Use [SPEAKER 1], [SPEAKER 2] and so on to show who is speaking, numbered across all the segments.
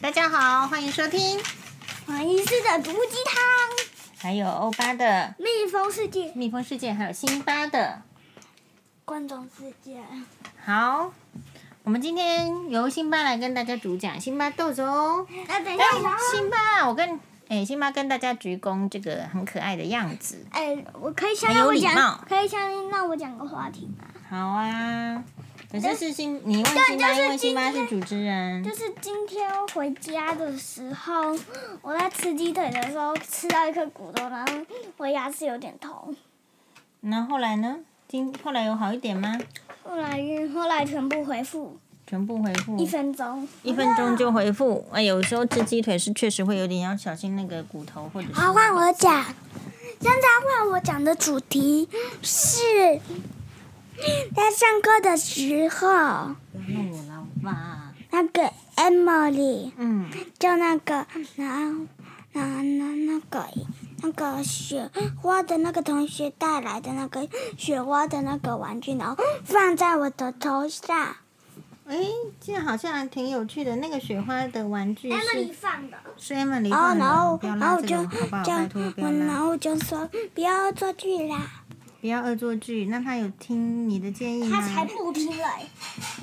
[SPEAKER 1] 大家好，欢迎收听，
[SPEAKER 2] 黄医师的毒鸡汤，
[SPEAKER 1] 还有欧巴的
[SPEAKER 2] 蜜蜂世界，
[SPEAKER 1] 蜜蜂世界，还有辛巴的。
[SPEAKER 2] 观众世界，
[SPEAKER 1] 好，我们今天由辛巴来跟大家主讲，辛巴豆子哦。
[SPEAKER 2] 那等一
[SPEAKER 1] 哎
[SPEAKER 2] 下，，
[SPEAKER 1] 辛巴，我跟哎辛巴跟大家鞠躬，这个很可爱的样子。
[SPEAKER 2] 哎，我可以先
[SPEAKER 1] 很
[SPEAKER 2] 让
[SPEAKER 1] 有
[SPEAKER 2] 我
[SPEAKER 1] 礼貌
[SPEAKER 2] 讲，可以先让我讲个话题吗？
[SPEAKER 1] 好啊，可是是辛，你问
[SPEAKER 2] 对
[SPEAKER 1] 辛巴，
[SPEAKER 2] 就是
[SPEAKER 1] 因为辛巴
[SPEAKER 2] 今
[SPEAKER 1] 是主持人
[SPEAKER 2] 就。是今天回家的时候，我在吃鸡腿的时候吃到一颗骨头，然后我牙齿有点痛，
[SPEAKER 1] 那后来呢？今后来有好一点吗？
[SPEAKER 2] 后来后来全部恢复，
[SPEAKER 1] 全部回复
[SPEAKER 2] 一分钟。
[SPEAKER 1] 嗯一分钟就回复。哎，有时候吃鸡腿是确实会有点要小心那个骨头或者是。
[SPEAKER 2] 好，换我讲。现在换我讲的主题是，在上课的时候，
[SPEAKER 1] 弄我了吧？
[SPEAKER 2] 那个 Emily
[SPEAKER 1] 嗯，
[SPEAKER 2] 就那个拿拿拿那个那个雪花的那个同学带来的那个雪花的那个玩具，然后放在我的头上。
[SPEAKER 1] 哎，这好像还挺有趣的。那个雪花的玩具是
[SPEAKER 2] 放的。
[SPEAKER 1] 是 Emily
[SPEAKER 2] 然后，
[SPEAKER 1] 放的，
[SPEAKER 2] 哎哦然后
[SPEAKER 1] 不要，
[SPEAKER 2] 然
[SPEAKER 1] 拉
[SPEAKER 2] 后我
[SPEAKER 1] 这个
[SPEAKER 2] 就
[SPEAKER 1] 好不好？
[SPEAKER 2] 这
[SPEAKER 1] 拜
[SPEAKER 2] 样
[SPEAKER 1] 托，不要
[SPEAKER 2] 我然
[SPEAKER 1] 拉，
[SPEAKER 2] 后我就说不要做剧啦。
[SPEAKER 1] 不要恶作剧。那他有听你的建议吗？
[SPEAKER 2] 不听嘞。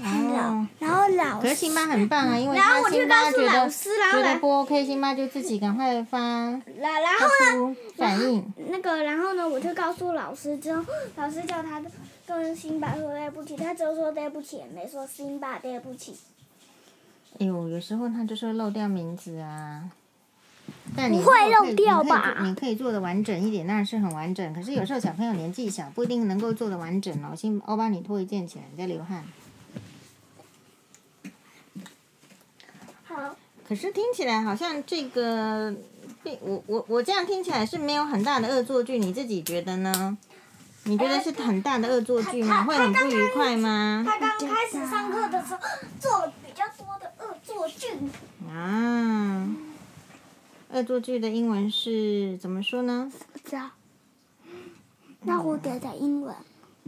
[SPEAKER 1] 哦。
[SPEAKER 2] 然后老
[SPEAKER 1] 可是辛巴很棒啊，因为
[SPEAKER 2] 嗯然后
[SPEAKER 1] 他
[SPEAKER 2] 我就
[SPEAKER 1] 辛巴
[SPEAKER 2] 告诉
[SPEAKER 1] 觉得
[SPEAKER 2] 老师然
[SPEAKER 1] 觉
[SPEAKER 2] 后
[SPEAKER 1] 得
[SPEAKER 2] 来
[SPEAKER 1] 不 OK，辛巴就自己赶快发
[SPEAKER 2] 然然后
[SPEAKER 1] 发出反应。
[SPEAKER 2] 那个，然后呢，我就告诉老师之后，老师叫他跟辛巴说对不起，他只有说对不起，也没说辛巴对不起。
[SPEAKER 1] 哎呦，有时候他就是会漏掉名字啊。但
[SPEAKER 2] 不
[SPEAKER 1] 你
[SPEAKER 2] 会
[SPEAKER 1] 如果可以
[SPEAKER 2] 漏
[SPEAKER 1] 你
[SPEAKER 2] 掉
[SPEAKER 1] 可以做
[SPEAKER 2] 吧
[SPEAKER 1] 你可以做的完整一点，当然是很完整。可是有时候小朋友年纪小，不一定能够做的完整哦。先我帮你脱一件起来，你在流汗。
[SPEAKER 2] 好，
[SPEAKER 1] 可是听起来好像这个，并我我我这样听起来是没有很大的恶作剧，你自己觉得呢？你觉得是很大的恶作剧吗？
[SPEAKER 2] 呃他
[SPEAKER 1] 会
[SPEAKER 2] 他
[SPEAKER 1] 很不愉快吗？
[SPEAKER 2] 他刚开始上课的时候做了比较多的恶作剧，
[SPEAKER 1] 啊，恶作剧的英文是怎么说呢？
[SPEAKER 2] 不知道。那蝴蝶的英文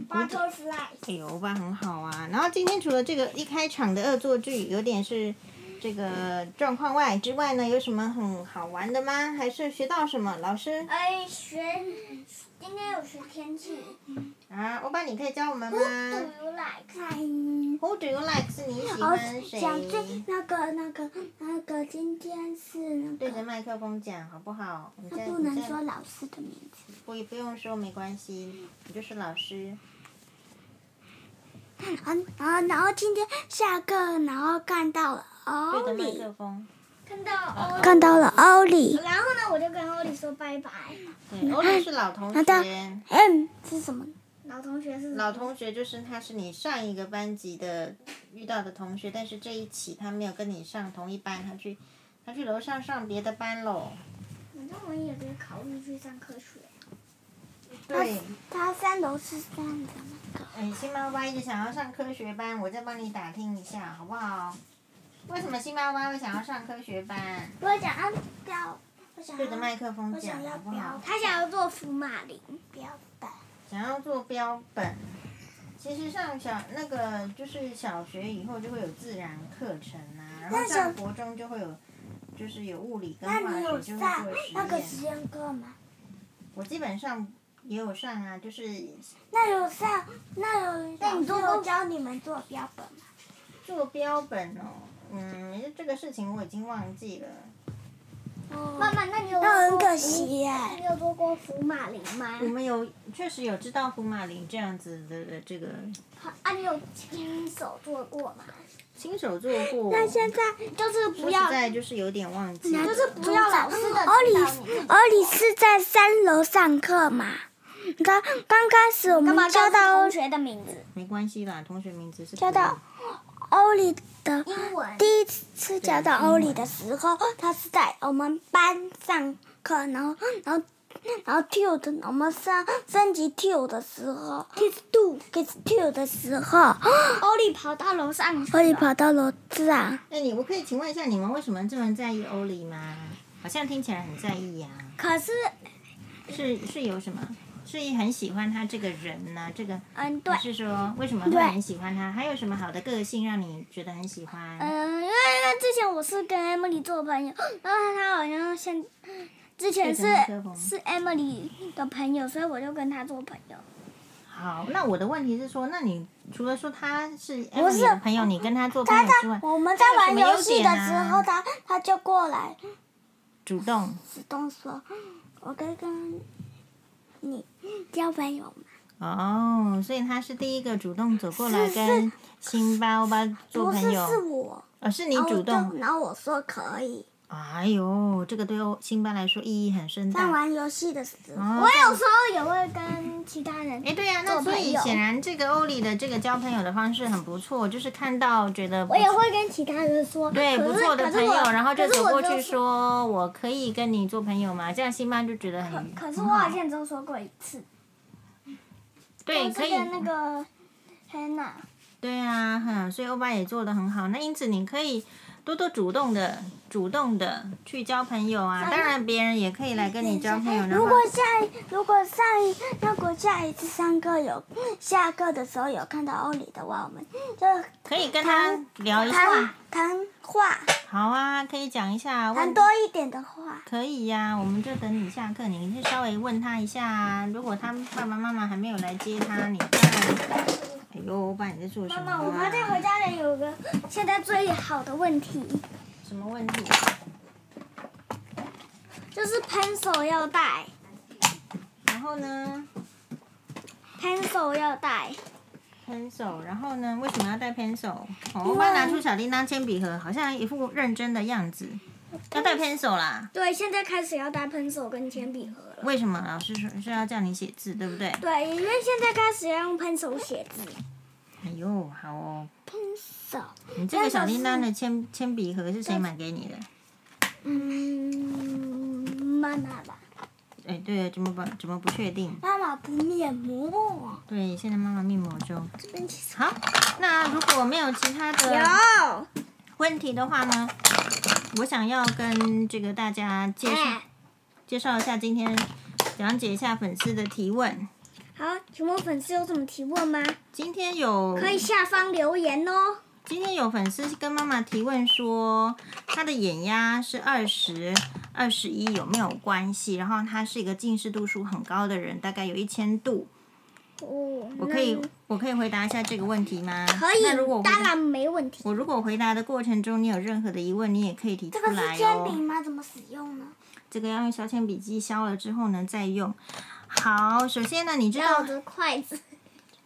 [SPEAKER 2] ，butterfly。
[SPEAKER 1] 哎呦，欧巴很好啊。然后今天除了这个一开场的恶作剧有点是这个状况外之外呢，有什么很好玩的吗？还是学到什么？老师
[SPEAKER 2] 哎，学，今天有学天气。
[SPEAKER 1] 啊，欧巴，你可以教我们
[SPEAKER 2] Who do
[SPEAKER 1] 吗
[SPEAKER 2] you like？
[SPEAKER 1] ？Who do you like？是你喜
[SPEAKER 2] 哦
[SPEAKER 1] 欢，谁？
[SPEAKER 2] 讲最那个那个那个，今天是那
[SPEAKER 1] 对
[SPEAKER 2] 个。
[SPEAKER 1] 着麦克风讲好不好？你
[SPEAKER 2] 他
[SPEAKER 1] 在
[SPEAKER 2] 不
[SPEAKER 1] 你
[SPEAKER 2] 能
[SPEAKER 1] 在
[SPEAKER 2] 说老师的名字。
[SPEAKER 1] 不不用说没关系，你就是老师。嗯
[SPEAKER 2] 啊，然后然后今天下课，然后看到了
[SPEAKER 1] 对
[SPEAKER 2] 欧
[SPEAKER 1] 着麦
[SPEAKER 2] 里，
[SPEAKER 1] 克风。
[SPEAKER 3] 看到哦，
[SPEAKER 2] 看到了欧里。
[SPEAKER 3] 然后呢，我就跟欧丽说拜拜。
[SPEAKER 1] 对，欧丽是老同
[SPEAKER 2] 那他
[SPEAKER 1] 学，
[SPEAKER 2] 嗯，是什么？
[SPEAKER 3] 老同学是
[SPEAKER 1] 老同学就是他是你上一个班级的遇到的同学，但是这一期他没有跟你上同一班，他去他去楼上上别的班喽。
[SPEAKER 3] 反正我们也可以考虑去上科学。
[SPEAKER 1] 对，
[SPEAKER 2] 他三楼是这样的那个。
[SPEAKER 1] 哎，新妈妈一直想要上科学班，我再帮你打听一下，好不好？为什么新妈妈会想要上科学班？
[SPEAKER 2] 我想要标，我想
[SPEAKER 1] 对着
[SPEAKER 2] 要
[SPEAKER 1] 麦克风
[SPEAKER 2] 我
[SPEAKER 1] 讲
[SPEAKER 2] 想
[SPEAKER 1] 好
[SPEAKER 2] 要
[SPEAKER 1] 不好
[SPEAKER 2] 标？
[SPEAKER 3] 他想要做福马林，
[SPEAKER 2] 标本。
[SPEAKER 1] 想要做标本，其实上小那个就是小学以后就会有自然课程啊，然后
[SPEAKER 2] 那小
[SPEAKER 1] 上国中就会有，就是有物理跟
[SPEAKER 2] 那
[SPEAKER 1] 化
[SPEAKER 2] 你有
[SPEAKER 1] 学就会
[SPEAKER 2] 上
[SPEAKER 1] 做实
[SPEAKER 2] 那个
[SPEAKER 1] 验。
[SPEAKER 2] 实验课吗？
[SPEAKER 1] 我基本上也有上啊，就是
[SPEAKER 2] 那有上，那有
[SPEAKER 3] 那
[SPEAKER 2] 老
[SPEAKER 3] 你
[SPEAKER 2] 师
[SPEAKER 3] 做
[SPEAKER 2] 有
[SPEAKER 3] 过
[SPEAKER 2] 教你们做标本吗？
[SPEAKER 1] 做标本哦，嗯，这个事情我已经忘记了。
[SPEAKER 3] 妈
[SPEAKER 2] 哦，
[SPEAKER 3] 妈，那你有
[SPEAKER 2] 那很
[SPEAKER 3] 做过
[SPEAKER 2] 可惜耶。嗯
[SPEAKER 3] 你有做过福马林吗
[SPEAKER 1] 我？们有确实有知道福马林这样子的这个
[SPEAKER 3] 啊，你有亲手做过吗？
[SPEAKER 1] 亲手做过，
[SPEAKER 2] 那现在
[SPEAKER 3] 就是
[SPEAKER 1] 说
[SPEAKER 3] 不要
[SPEAKER 1] 实，在就是有点忘记了，
[SPEAKER 3] 就是不要老师的
[SPEAKER 2] 欧里
[SPEAKER 3] 指导你。
[SPEAKER 2] 欧里哦是在三楼上课嘛？刚刚开始我
[SPEAKER 3] 干
[SPEAKER 2] 们
[SPEAKER 3] 嘛
[SPEAKER 2] 叫
[SPEAKER 3] 叫
[SPEAKER 2] 到
[SPEAKER 3] 同学的名字？
[SPEAKER 1] 没关系啦，同学名字是
[SPEAKER 2] 叫
[SPEAKER 1] 可以
[SPEAKER 2] 到欧里的
[SPEAKER 3] 英文。
[SPEAKER 2] 第一次叫到欧里的时候，他是在我们班上课，然后然后然后 t u 的我们上升级 t u 的时候 k i s two k i s two 的时候，
[SPEAKER 3] 欧丽跑到楼上去
[SPEAKER 2] 欧里
[SPEAKER 3] 了。
[SPEAKER 2] 跑到楼上，
[SPEAKER 1] 那你我可以请问一下，你们为什么这么在意欧里吗？好像听起来很在意呀、
[SPEAKER 3] 可是，
[SPEAKER 1] 是是有什么？是很喜欢他这个人呢、这个
[SPEAKER 3] 嗯，对
[SPEAKER 1] 还，是说为什么会
[SPEAKER 2] 对
[SPEAKER 1] 很喜欢他？还有什么好的个性让你觉得很喜欢？
[SPEAKER 3] 嗯，因为因为之前我是跟 Emily 做朋友，然后她好像现之前是
[SPEAKER 1] 变成了车缝
[SPEAKER 3] 是 Emily 的朋友，所以我就跟她做朋友。
[SPEAKER 1] 好，那我的问题是说，那你除了说他是
[SPEAKER 2] 不是
[SPEAKER 1] Emily 的朋友，你跟他做朋
[SPEAKER 2] 他
[SPEAKER 1] 友
[SPEAKER 2] 在
[SPEAKER 1] 之外，
[SPEAKER 2] 我们在玩游戏的时候，
[SPEAKER 1] 他有什么优啊
[SPEAKER 2] 他他就过来
[SPEAKER 1] 主动
[SPEAKER 2] 主动说：“
[SPEAKER 3] 嗯
[SPEAKER 2] 我跟跟你交朋友嘛。
[SPEAKER 1] 哦，所以他是第一个主动走过来
[SPEAKER 2] 是是
[SPEAKER 1] 跟辛巴欧巴”做
[SPEAKER 2] 不
[SPEAKER 1] 朋
[SPEAKER 2] 是
[SPEAKER 1] 友，
[SPEAKER 2] 是哦我，
[SPEAKER 1] 而、是你
[SPEAKER 2] 然后
[SPEAKER 1] 主
[SPEAKER 2] 我就
[SPEAKER 1] 动。
[SPEAKER 2] 然后我说可以。
[SPEAKER 1] 哎呦，这个对欧辛巴来说意义很深
[SPEAKER 2] 在
[SPEAKER 1] 大。
[SPEAKER 2] 玩游戏的时候，
[SPEAKER 1] 嗯哦
[SPEAKER 3] 我有时候也会跟其他人
[SPEAKER 1] 哎，对呀、那
[SPEAKER 3] 做
[SPEAKER 1] 所以
[SPEAKER 3] 朋友
[SPEAKER 1] 显然这个欧里的这个交朋友的方式很不错，就是看到觉得不
[SPEAKER 3] 我也会跟其他人说，
[SPEAKER 1] 对
[SPEAKER 3] 可是
[SPEAKER 1] 不错的
[SPEAKER 3] 可
[SPEAKER 1] 朋
[SPEAKER 3] 是
[SPEAKER 1] 友
[SPEAKER 3] 我，
[SPEAKER 1] 然后就
[SPEAKER 3] 可是
[SPEAKER 1] 走
[SPEAKER 3] 我
[SPEAKER 1] 过去
[SPEAKER 3] 就
[SPEAKER 1] 说：“我可以跟你做朋友吗？”这样辛巴就觉得
[SPEAKER 3] 可
[SPEAKER 1] 很
[SPEAKER 3] 可是
[SPEAKER 1] 很
[SPEAKER 3] 我好
[SPEAKER 1] 好
[SPEAKER 3] 像只有说过一次，
[SPEAKER 1] 对
[SPEAKER 3] 我是
[SPEAKER 1] 可以
[SPEAKER 3] 跟那个 Hannah，
[SPEAKER 1] 对啊，哼，所以欧巴也做的很好。那因此你可以多多主动的、主动的去交朋友啊。当然，别人也可以来跟你交朋友。然
[SPEAKER 2] 如
[SPEAKER 1] 后
[SPEAKER 2] 果下一如果上一如果下一次上课有下课的时候有看到欧里的话，我们就
[SPEAKER 1] 可以跟他聊一
[SPEAKER 2] 谈
[SPEAKER 1] 下，
[SPEAKER 2] 谈话，
[SPEAKER 1] 好啊，可以讲一下
[SPEAKER 2] 谈
[SPEAKER 1] 问。
[SPEAKER 2] 多一点的话。
[SPEAKER 1] 可以呀、我们就等你下课，你去稍微问他一下啊。如果他爸爸妈妈还没有来接他，你再……哎呦，欧巴你在做什
[SPEAKER 3] 妈
[SPEAKER 1] 么、啊？
[SPEAKER 3] 妈，我发现回家人有个现在最好的问题，
[SPEAKER 1] 什么问题？
[SPEAKER 3] 就是喷手要带，
[SPEAKER 1] 然后呢，
[SPEAKER 3] 喷手要带，
[SPEAKER 1] pencil，然后呢，为什么要带 pencil？哦，我爸拿出小叮当铅笔盒，好像一副认真的样子。要带 pencil 啦？
[SPEAKER 3] 对，现在开始要带喷手跟铅笔盒了。
[SPEAKER 1] 为什么？老师说是要叫你写字，对不对？
[SPEAKER 3] 对，因为现在开始要用喷手写字，
[SPEAKER 1] 哎呦，好哦。
[SPEAKER 2] 手，
[SPEAKER 1] 你这个小叮当的铅铅笔盒是谁买给你的？
[SPEAKER 3] 嗯，妈妈吧，
[SPEAKER 1] 哎，对，怎么不怎么不确定？
[SPEAKER 2] 妈妈不面膜，
[SPEAKER 1] 对，现在妈妈面膜中。
[SPEAKER 3] 这
[SPEAKER 2] 嗯
[SPEAKER 3] 边其实
[SPEAKER 1] 好，那如果没有其他的
[SPEAKER 3] 有。
[SPEAKER 1] 问题的话呢，我想要跟这个大家介绍
[SPEAKER 3] 哎，
[SPEAKER 1] 介绍一下今天讲解一下粉丝的提问。
[SPEAKER 3] 好，请问粉丝有什么提问吗？
[SPEAKER 1] 今天有
[SPEAKER 3] 可以下方留言哦。
[SPEAKER 1] 今天有粉丝跟妈妈提问说，她的眼压是二十二十一有没有关系？然后她是一个近视度数很高的人，大概有一千度。
[SPEAKER 3] 哦，
[SPEAKER 1] 我可以
[SPEAKER 3] 那
[SPEAKER 1] 我可以回答一下这个问题吗？
[SPEAKER 3] 可以
[SPEAKER 1] 那如果我，回
[SPEAKER 3] 当
[SPEAKER 1] 答
[SPEAKER 3] 然没问题。
[SPEAKER 1] 我如果回答的过程中你有任何的疑问，你也可以提出
[SPEAKER 2] 这个
[SPEAKER 1] 来
[SPEAKER 2] 是铅笔
[SPEAKER 1] 哦。
[SPEAKER 2] 吗？怎么使用呢？
[SPEAKER 1] 这个要用小铅笔记削了之后呢再用。好，首先呢，你知
[SPEAKER 3] 那
[SPEAKER 1] 道
[SPEAKER 3] 我的筷子，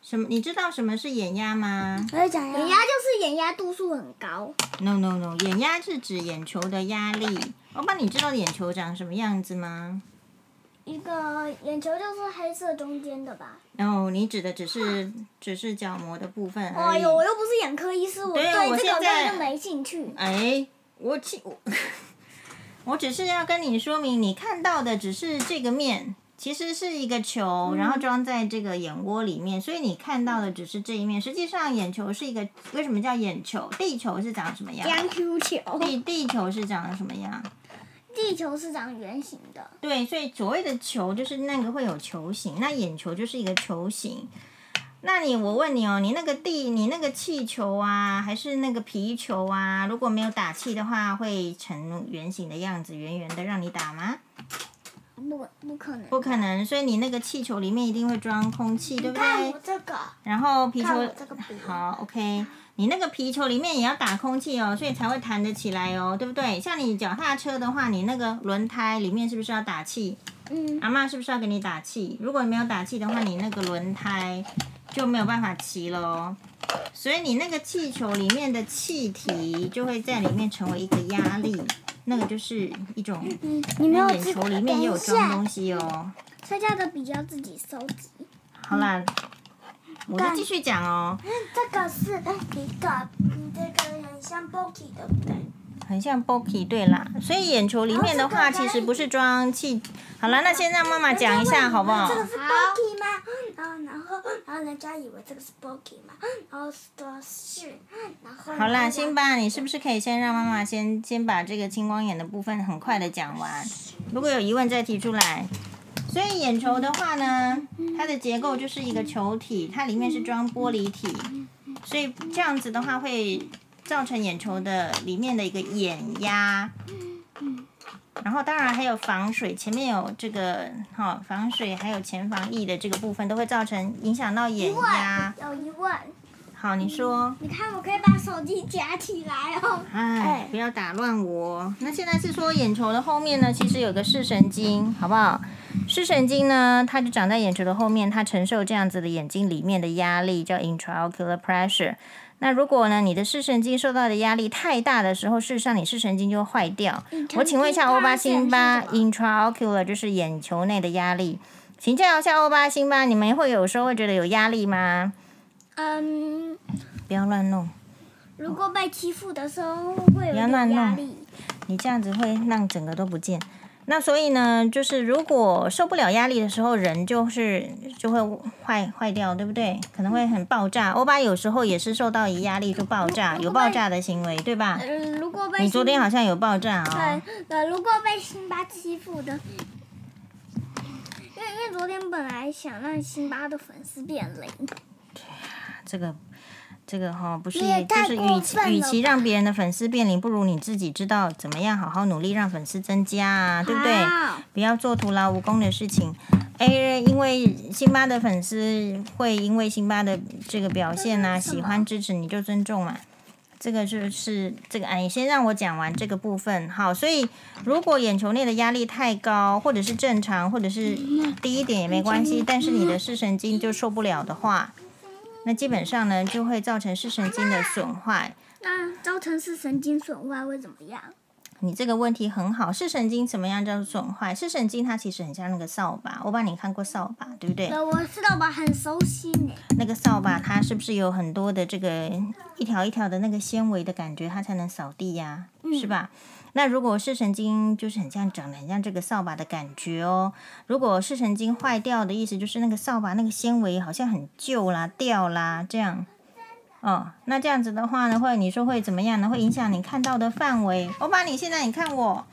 [SPEAKER 1] 什么？你知道什么是眼压吗
[SPEAKER 2] 我要讲哎呀
[SPEAKER 3] 眼压就是眼压度数很高，
[SPEAKER 1] ？No No No，眼压是指眼球的压力。欧巴，你知道眼球长什么样子吗？
[SPEAKER 3] 一个眼球就是黑色中间的吧。
[SPEAKER 1] 然后你指的只是只是角膜的部分而
[SPEAKER 3] 哎
[SPEAKER 1] 已。
[SPEAKER 3] 呦，我又不是眼科医师，我
[SPEAKER 1] 对我
[SPEAKER 3] 这
[SPEAKER 1] 现
[SPEAKER 3] 个
[SPEAKER 1] 在
[SPEAKER 3] 根本就没兴趣。
[SPEAKER 1] 哎，我其我 我只是要跟你说明，你看到的只是这个面，其实是一个球，然后装在这个眼窝里面，所以你看到的只是这一面。实际上，眼球是一个为什么叫眼球？地球是长什么样？
[SPEAKER 3] 将 Q 球，
[SPEAKER 1] 地地球是长什么样？
[SPEAKER 3] 地球是长圆形的，
[SPEAKER 1] 对，所以所谓的球就是那个会有球形，那眼球就是一个球形。那你我问你哦，你那个地，你那个气球啊，还是那个皮球啊，如果没有打气的话，会成圆形的样子，圆圆的，让你打吗？
[SPEAKER 3] 不不可能。
[SPEAKER 1] 不可能，所以你那个气球里面一定会装空气，对不
[SPEAKER 2] 看
[SPEAKER 1] 对
[SPEAKER 2] 我？这个，
[SPEAKER 1] 然后皮球
[SPEAKER 2] 看我这个笔
[SPEAKER 1] 好，OK，你那个皮球里面也要打空气哦，所以才会弹得起来哦，对不对？像你脚踏车的话，你那个轮胎里面是不是要打气？
[SPEAKER 3] 嗯，
[SPEAKER 1] 阿妈是不是要给你打气？如果你没有打气的话，你那个轮胎就没有办法骑了哦。所以你那个气球里面的气体就会在里面成为一个压力，那个就是一种。
[SPEAKER 2] 你没有
[SPEAKER 1] 眼
[SPEAKER 2] 知
[SPEAKER 1] 球里面也有
[SPEAKER 2] 等一
[SPEAKER 1] 装
[SPEAKER 2] 下
[SPEAKER 1] 东西哦。
[SPEAKER 3] 剩下的笔要自己收集。
[SPEAKER 1] 好啦，我就继续讲哦。
[SPEAKER 2] 这个是一个，嗯，这个很像 Boki 对不对？
[SPEAKER 1] 很像 Boki 对啦，所以眼球里面的话，
[SPEAKER 2] 然后这个
[SPEAKER 1] 其实不是装气。好啦，那先让妈妈讲一下好不好
[SPEAKER 2] 这？个是
[SPEAKER 3] 好
[SPEAKER 2] Boki 吗？然后，然
[SPEAKER 3] 哦
[SPEAKER 2] 后，然后人家以为这个是 Boki 嘛，然
[SPEAKER 3] 呃
[SPEAKER 2] 后说是，然后
[SPEAKER 1] 嗯好啦，
[SPEAKER 2] 人家
[SPEAKER 1] 辛巴，你是不是可以先让妈妈先先把这个青光眼的部分很快的讲完？如果有疑问再提出来。所以眼球的话呢，它的结构就是一个球体，它里面是装玻璃体，所以这样子的话会造成眼球的里面的一个眼压。然后当然还有防水，前面有这个哈、防水，还有前防溢的这个部分都会造成影响到眼压。
[SPEAKER 3] 有疑问，
[SPEAKER 1] 好，你说，
[SPEAKER 3] 你看我可以把手机夹起来哦。
[SPEAKER 1] 哎，不要打乱我。那现在是说眼球的后面呢，其实有个视神经，好不好？视神经呢，它就长在眼球的后面，它承受这样子的眼睛里面的压力，叫 intraocular pressure。那如果呢，你的视神经受到的压力太大的时候，事实上你视神经就会坏掉。我请问一下欧巴辛巴，intraocular 就是眼球内的压力。请教一下欧巴辛巴，你们会有时候会觉得有压力吗？
[SPEAKER 3] 嗯，
[SPEAKER 1] 不要乱弄，
[SPEAKER 3] 如果被欺负的时候会有
[SPEAKER 1] 不要
[SPEAKER 3] 点
[SPEAKER 1] 乱弄
[SPEAKER 3] 压力。
[SPEAKER 1] 你这样子会让整个都不见。那所以呢，就是如果受不了压力的时候，人就是就会坏坏掉，对不对？可能会很爆炸。欧巴有时候也是受到一压力就爆炸，
[SPEAKER 3] 嗯
[SPEAKER 1] 有爆炸的行为，对吧？
[SPEAKER 3] 呃，如果被
[SPEAKER 1] 你昨
[SPEAKER 3] 辛
[SPEAKER 1] 天好像有爆炸哦。
[SPEAKER 3] 对，呃，如果被辛巴欺负的，因为因为昨天本来想让辛巴的粉丝变零，
[SPEAKER 1] 这个这个哈、不是，
[SPEAKER 3] 你也
[SPEAKER 1] 就
[SPEAKER 3] 太
[SPEAKER 1] 是与
[SPEAKER 3] 过
[SPEAKER 1] 其
[SPEAKER 3] 分了
[SPEAKER 1] 与其让别人的粉丝变零，不如你自己知道怎么样好好努力让粉丝增加啊，对不对？
[SPEAKER 3] 好
[SPEAKER 1] 不要做徒劳无功的事情。哎，因为辛巴的粉丝会因为辛巴的这个表现啊，
[SPEAKER 3] 这是嗯什
[SPEAKER 1] 喜
[SPEAKER 3] 么
[SPEAKER 1] 欢支持你就尊重嘛。这个就是这个，哎，你先让我讲完这个部分。好，所以如果眼球内的压力太高，或者是正常，或者是低一点也没关
[SPEAKER 3] 嗯
[SPEAKER 1] 系，但是你的视神经就受不了的话，那基本上呢就会造成视神经的损坏。
[SPEAKER 3] 那造成是神经损坏会怎么样？
[SPEAKER 1] 你这个问题很好，视神经怎么样叫做损坏？视神经它其实很像那个扫把，我帮你看过扫把，对不对？
[SPEAKER 3] 呃，我知道吧，很熟悉呢。
[SPEAKER 1] 那个扫把它是不是有很多的这个一条一条的那个纤维的感觉，它才能扫地呀、是吧？那如果视神经就是很像长得很像这个扫把的感觉哦。如果视神经坏掉的意思就是那个扫把那个纤维好像很旧啦、掉啦这样。哦，那这样子的话呢，会你说会怎么样呢？会影响你看到的范围。欧巴，你现在你看我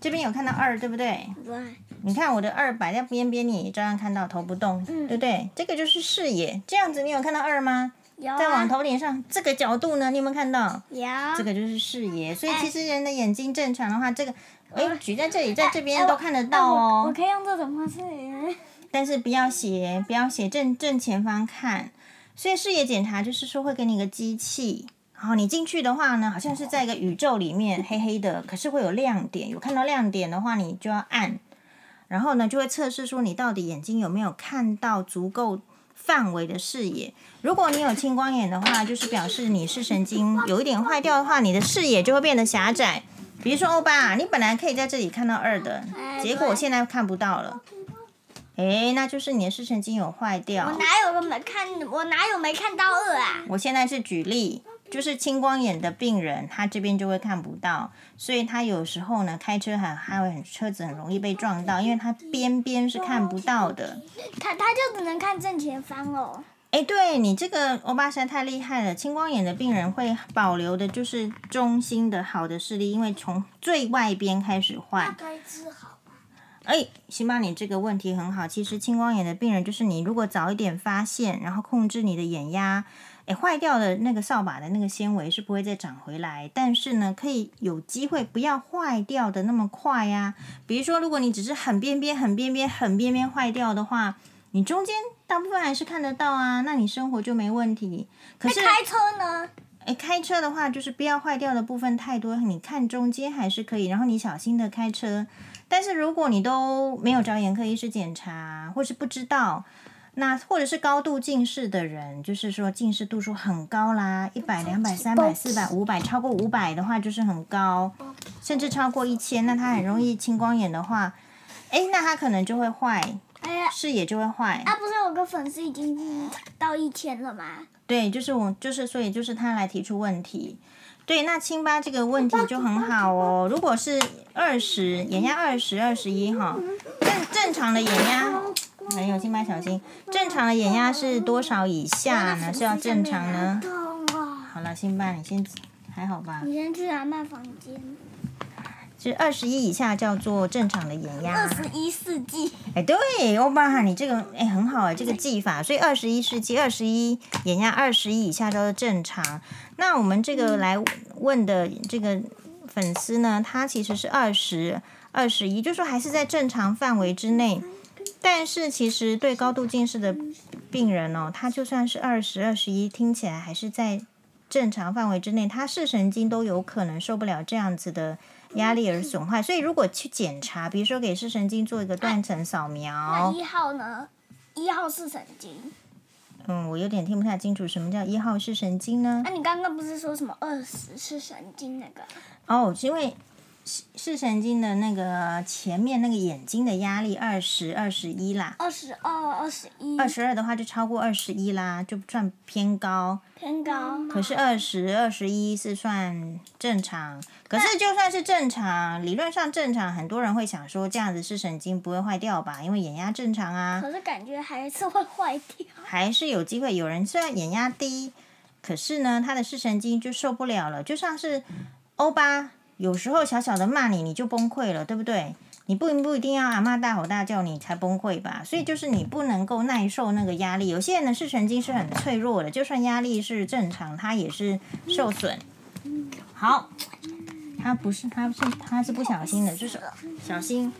[SPEAKER 1] 这边有看到二，对不对？
[SPEAKER 3] 对，
[SPEAKER 1] 你看我的二摆在边边，你也照样看到头不动，
[SPEAKER 3] 嗯
[SPEAKER 1] 对不对？这个就是视野，这样子你有看到二吗？
[SPEAKER 3] 有啊
[SPEAKER 1] 再往头顶上，这个角度呢，你有没有看到？
[SPEAKER 3] 有啊
[SPEAKER 1] 这个就是视野，
[SPEAKER 3] 哎
[SPEAKER 1] 所以其实人的眼睛正常的话，这个哎举在这里，在这边
[SPEAKER 3] 啊哎
[SPEAKER 1] 都
[SPEAKER 3] 我
[SPEAKER 1] 看得
[SPEAKER 3] 那
[SPEAKER 1] 到
[SPEAKER 3] 我
[SPEAKER 1] 哦
[SPEAKER 3] 我。可以用这种方式来
[SPEAKER 1] 但是不要斜，不要斜正正前方看。所以视野检查就是说会给你一个机器，然后你进去的话呢，好像是在一个宇宙里面黑黑的，可是会有亮点，有看到亮点的话，你就要按，然后呢就会测试说你到底眼睛有没有看到足够范围的视野。如果你有青光眼的话，就是表示你视神经有一点坏掉的话，你的视野就会变得狭窄。比如说欧巴，你本来可以在这里看到二的，结果现在看不到了。诶，那就是你的视神经有坏掉。
[SPEAKER 3] 我哪有个没看？我哪有没看到二啊？
[SPEAKER 1] 我现在是举例，就是青光眼的病人，他这边就会看不到，所以他有时候呢开车很还会很车子很容易被撞到，因为他边边是看不到的。
[SPEAKER 3] 他他就只能看正前方哦。
[SPEAKER 1] 诶，对你这个欧巴实在太厉害了，青光眼的病人会保留的就是中心的好的视力，因为从最外边开始坏。
[SPEAKER 3] 该治好。
[SPEAKER 1] 哎，辛巴，你这个问题很好。其实青光眼的病人，就是你如果早一点发现，然后控制你的眼压，哎，坏掉的那个扫把的那个纤维是不会再长回来。但是呢，可以有机会不要坏掉的那么快呀、比如说，如果你只是很边边、很边边、很边边坏掉的话，你中间大部分还是看得到啊，那你生活就没问题。可是
[SPEAKER 3] 开车呢？
[SPEAKER 1] 诶，哎开车的话，就是不要坏掉的部分太多，你看中间还是可以，然后你小心的开车。但是如果你都没有找眼科医师检查，或是不知道，那或者是高度近视的人，就是说近视度数很高啦，一百、两百、三百、四百、五百，超过五百的话就是很高，甚至超过一千，那他很容易青光眼的话，诶，那他可能就会坏，
[SPEAKER 3] 哎呀，
[SPEAKER 1] 视野就会坏。
[SPEAKER 3] 啊，不是有个粉丝已经到一千了吗？
[SPEAKER 1] 对，就是我，就是所以就是他来提出问题。对，那清吧这个问题就很好哦。如果是二十眼压二十二十一哈，正正常的眼压，哎呦，清吧小心，正常的眼压是多少以下呢？是要正常呢？
[SPEAKER 3] 痛啊！
[SPEAKER 1] 好了，辛巴，你先还好吧？
[SPEAKER 3] 你先去阿妈房间。
[SPEAKER 1] 就是二十一以下叫做正常的眼压
[SPEAKER 3] 二。十一世纪
[SPEAKER 1] 哎，对，欧巴哈，你这个哎很好哎，这个技法。所以二十一世纪二十一眼压二十一以下叫做正常。那我们这个来问的这个粉丝呢，他其实是二十二十一，就说还是在正常范围之内。但是其实对高度近视的病人哦，他就算是二十二十一，听起来还是在正常范围之内，他视神经都有可能受不了这样子的压力而损坏。所以如果去检查，比如说给视神经做一个断层扫
[SPEAKER 3] 那
[SPEAKER 1] 描，
[SPEAKER 3] 一号呢？一号是神经。
[SPEAKER 1] 嗯，我有点听不太清楚什么叫一号视神经呢
[SPEAKER 3] 那、？你刚刚不是说什么二十是神经那个？
[SPEAKER 1] 哦，是因为视视神经的那个前面那个眼睛的压力二十二十一啦。
[SPEAKER 3] 二十二、二十一，
[SPEAKER 1] 二十二的话就超过二十一啦，就算偏高。
[SPEAKER 3] 偏
[SPEAKER 2] 嗯
[SPEAKER 3] 高。
[SPEAKER 1] 可是二十二十一是算正常，可是就算是正常，理论上正常，很多人会想说这样子视神经不会坏掉吧？因为眼压正常啊，
[SPEAKER 3] 可是感觉还是会坏掉。
[SPEAKER 1] 还是有机会。有人虽然眼压低，可是呢，他的视神经就受不了了，就像是欧巴，有时候小小的骂你，你就崩溃了，对不对？你不不一定要阿妈大吼大叫你才崩溃吧？所以就是你不能够耐受那个压力。有些人的视神经是很脆弱的，就算压力是正常，他也是受损。好，他不是，他是他是不小心的，就是小心。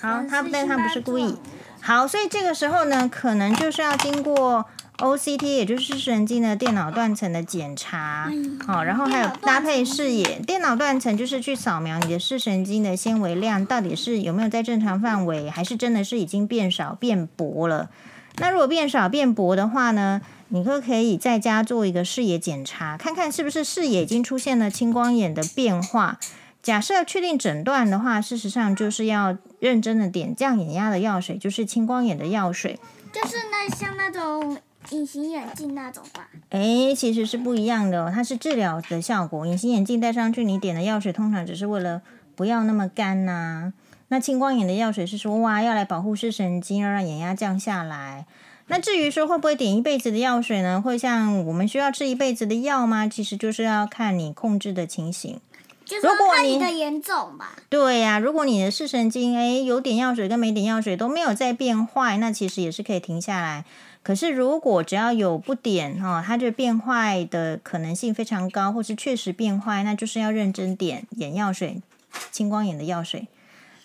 [SPEAKER 1] 好，嗯他但他不是故意。好，所以这个时候呢，可能就是要经过 OCT，也就是视神经的电脑断层的检查，好、然后还有搭配视野。电脑断层就是去扫描你的视神经的纤维量到底是有没有在正常范围，还是真的是已经变少变薄了。那如果变少变薄的话呢，你就可以在家做一个视野检查，看看是不是视野已经出现了青光眼的变化。假设确定诊断的话，事实上就是要认真的点降眼压的药水，就是青光眼的药水。
[SPEAKER 3] 就是那像那种隐形眼镜那种吧，
[SPEAKER 1] 诶，其实是不一样的哦，它是治疗的效果。隐形眼镜戴上去，你点的药水通常只是为了不要那么干呐、那青光眼的药水是说哇，要来保护视神经，要让眼压降下来。那至于说会不会点一辈子的药水呢？会像我们需要吃一辈子的药吗？其实就是要看你控制的情形。
[SPEAKER 3] 就是
[SPEAKER 1] 如果
[SPEAKER 3] 看
[SPEAKER 1] 你
[SPEAKER 3] 你的严重吧。
[SPEAKER 1] 对呀、如果你的视神经诶有点药水跟没点药水都没有在变坏，那其实也是可以停下来。可是如果只要有不点哦，它就变坏的可能性非常高，或是确实变坏，那就是要认真点眼药水，青光眼的药水。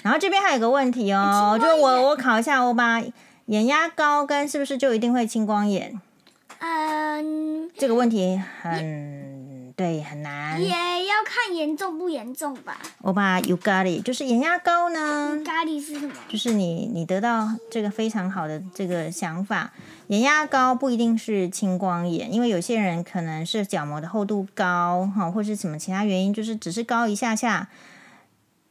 [SPEAKER 1] 然后这边还有个问题哦，就是我我考一下欧巴，眼压高跟是不是就一定会青光眼？
[SPEAKER 3] 嗯，
[SPEAKER 1] 这个问题很对，很难。
[SPEAKER 3] 也要看严重不严重吧。
[SPEAKER 1] 欧巴，you got it，就是眼压高呢。
[SPEAKER 3] 咖喱是什么？
[SPEAKER 1] 就是你你得到这个非常好的这个想法，眼压高不一定是青光眼，因为有些人可能是角膜的厚度高哈，或是什么其他原因，就是只是高一下下，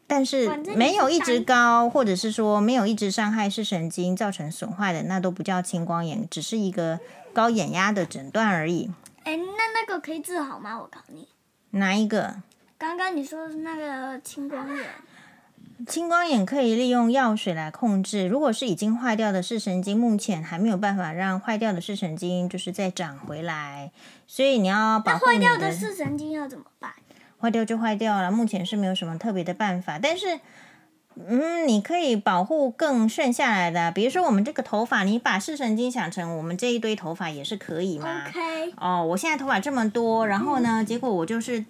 [SPEAKER 1] 但是
[SPEAKER 3] 反正你
[SPEAKER 1] 没有一直
[SPEAKER 3] 是
[SPEAKER 1] 高，或者是说没有一直伤害视神经造成损坏的，那都不叫青光眼，只是一个高眼压的诊断而已。
[SPEAKER 3] 哎，那那个可以治好吗？我考你。
[SPEAKER 1] 哪一个？
[SPEAKER 3] 刚刚你说的那个青光眼，
[SPEAKER 1] 哎青光眼可以利用药水来控制。如果是已经坏掉的视神经，目前还没有办法让坏掉的视神经就是再长回来，所以你要保
[SPEAKER 3] 那
[SPEAKER 1] 护
[SPEAKER 3] 坏
[SPEAKER 1] 你
[SPEAKER 3] 掉的视神经要怎么办？
[SPEAKER 1] 坏掉就坏掉了，目前是没有什么特别的办法。但是，嗯，你可以保护更剩下来的，比如说我们这个头发，你把视神经想成我们这一堆头发也是可以嘛。
[SPEAKER 3] OK，
[SPEAKER 1] 哦，我现在头发这么多，然后呢，结果我就是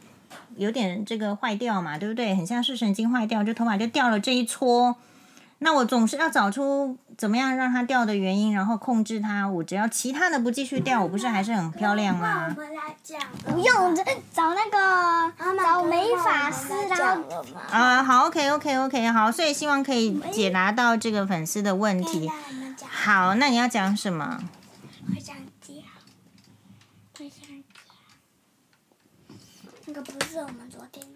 [SPEAKER 1] 有点这个坏掉嘛，对不对？很像是神经坏掉，就头发就掉了这一撮。那我总是要找出怎么样让它掉的原因，然后控制它。我只要其他的不继续掉，我不是还是很漂亮啊吗？
[SPEAKER 2] 们来讲
[SPEAKER 3] 不用找那个找美发师，然后
[SPEAKER 2] 后嘛，
[SPEAKER 1] 啊、好，OK OK OK，好，所以希望可以解答到这个粉丝的问题。
[SPEAKER 2] 我们讲
[SPEAKER 1] 好，那你要讲什么？
[SPEAKER 2] 会讲几好，会讲几好。那个不是我们昨天，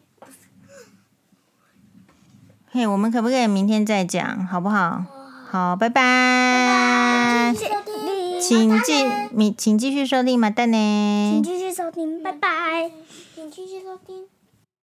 [SPEAKER 1] 嘿，我们可不可以明天再讲，好不好？好，拜拜。请继你请继续收听马蛋呢。
[SPEAKER 3] 请继续收听，拜拜。
[SPEAKER 2] 请继续收听。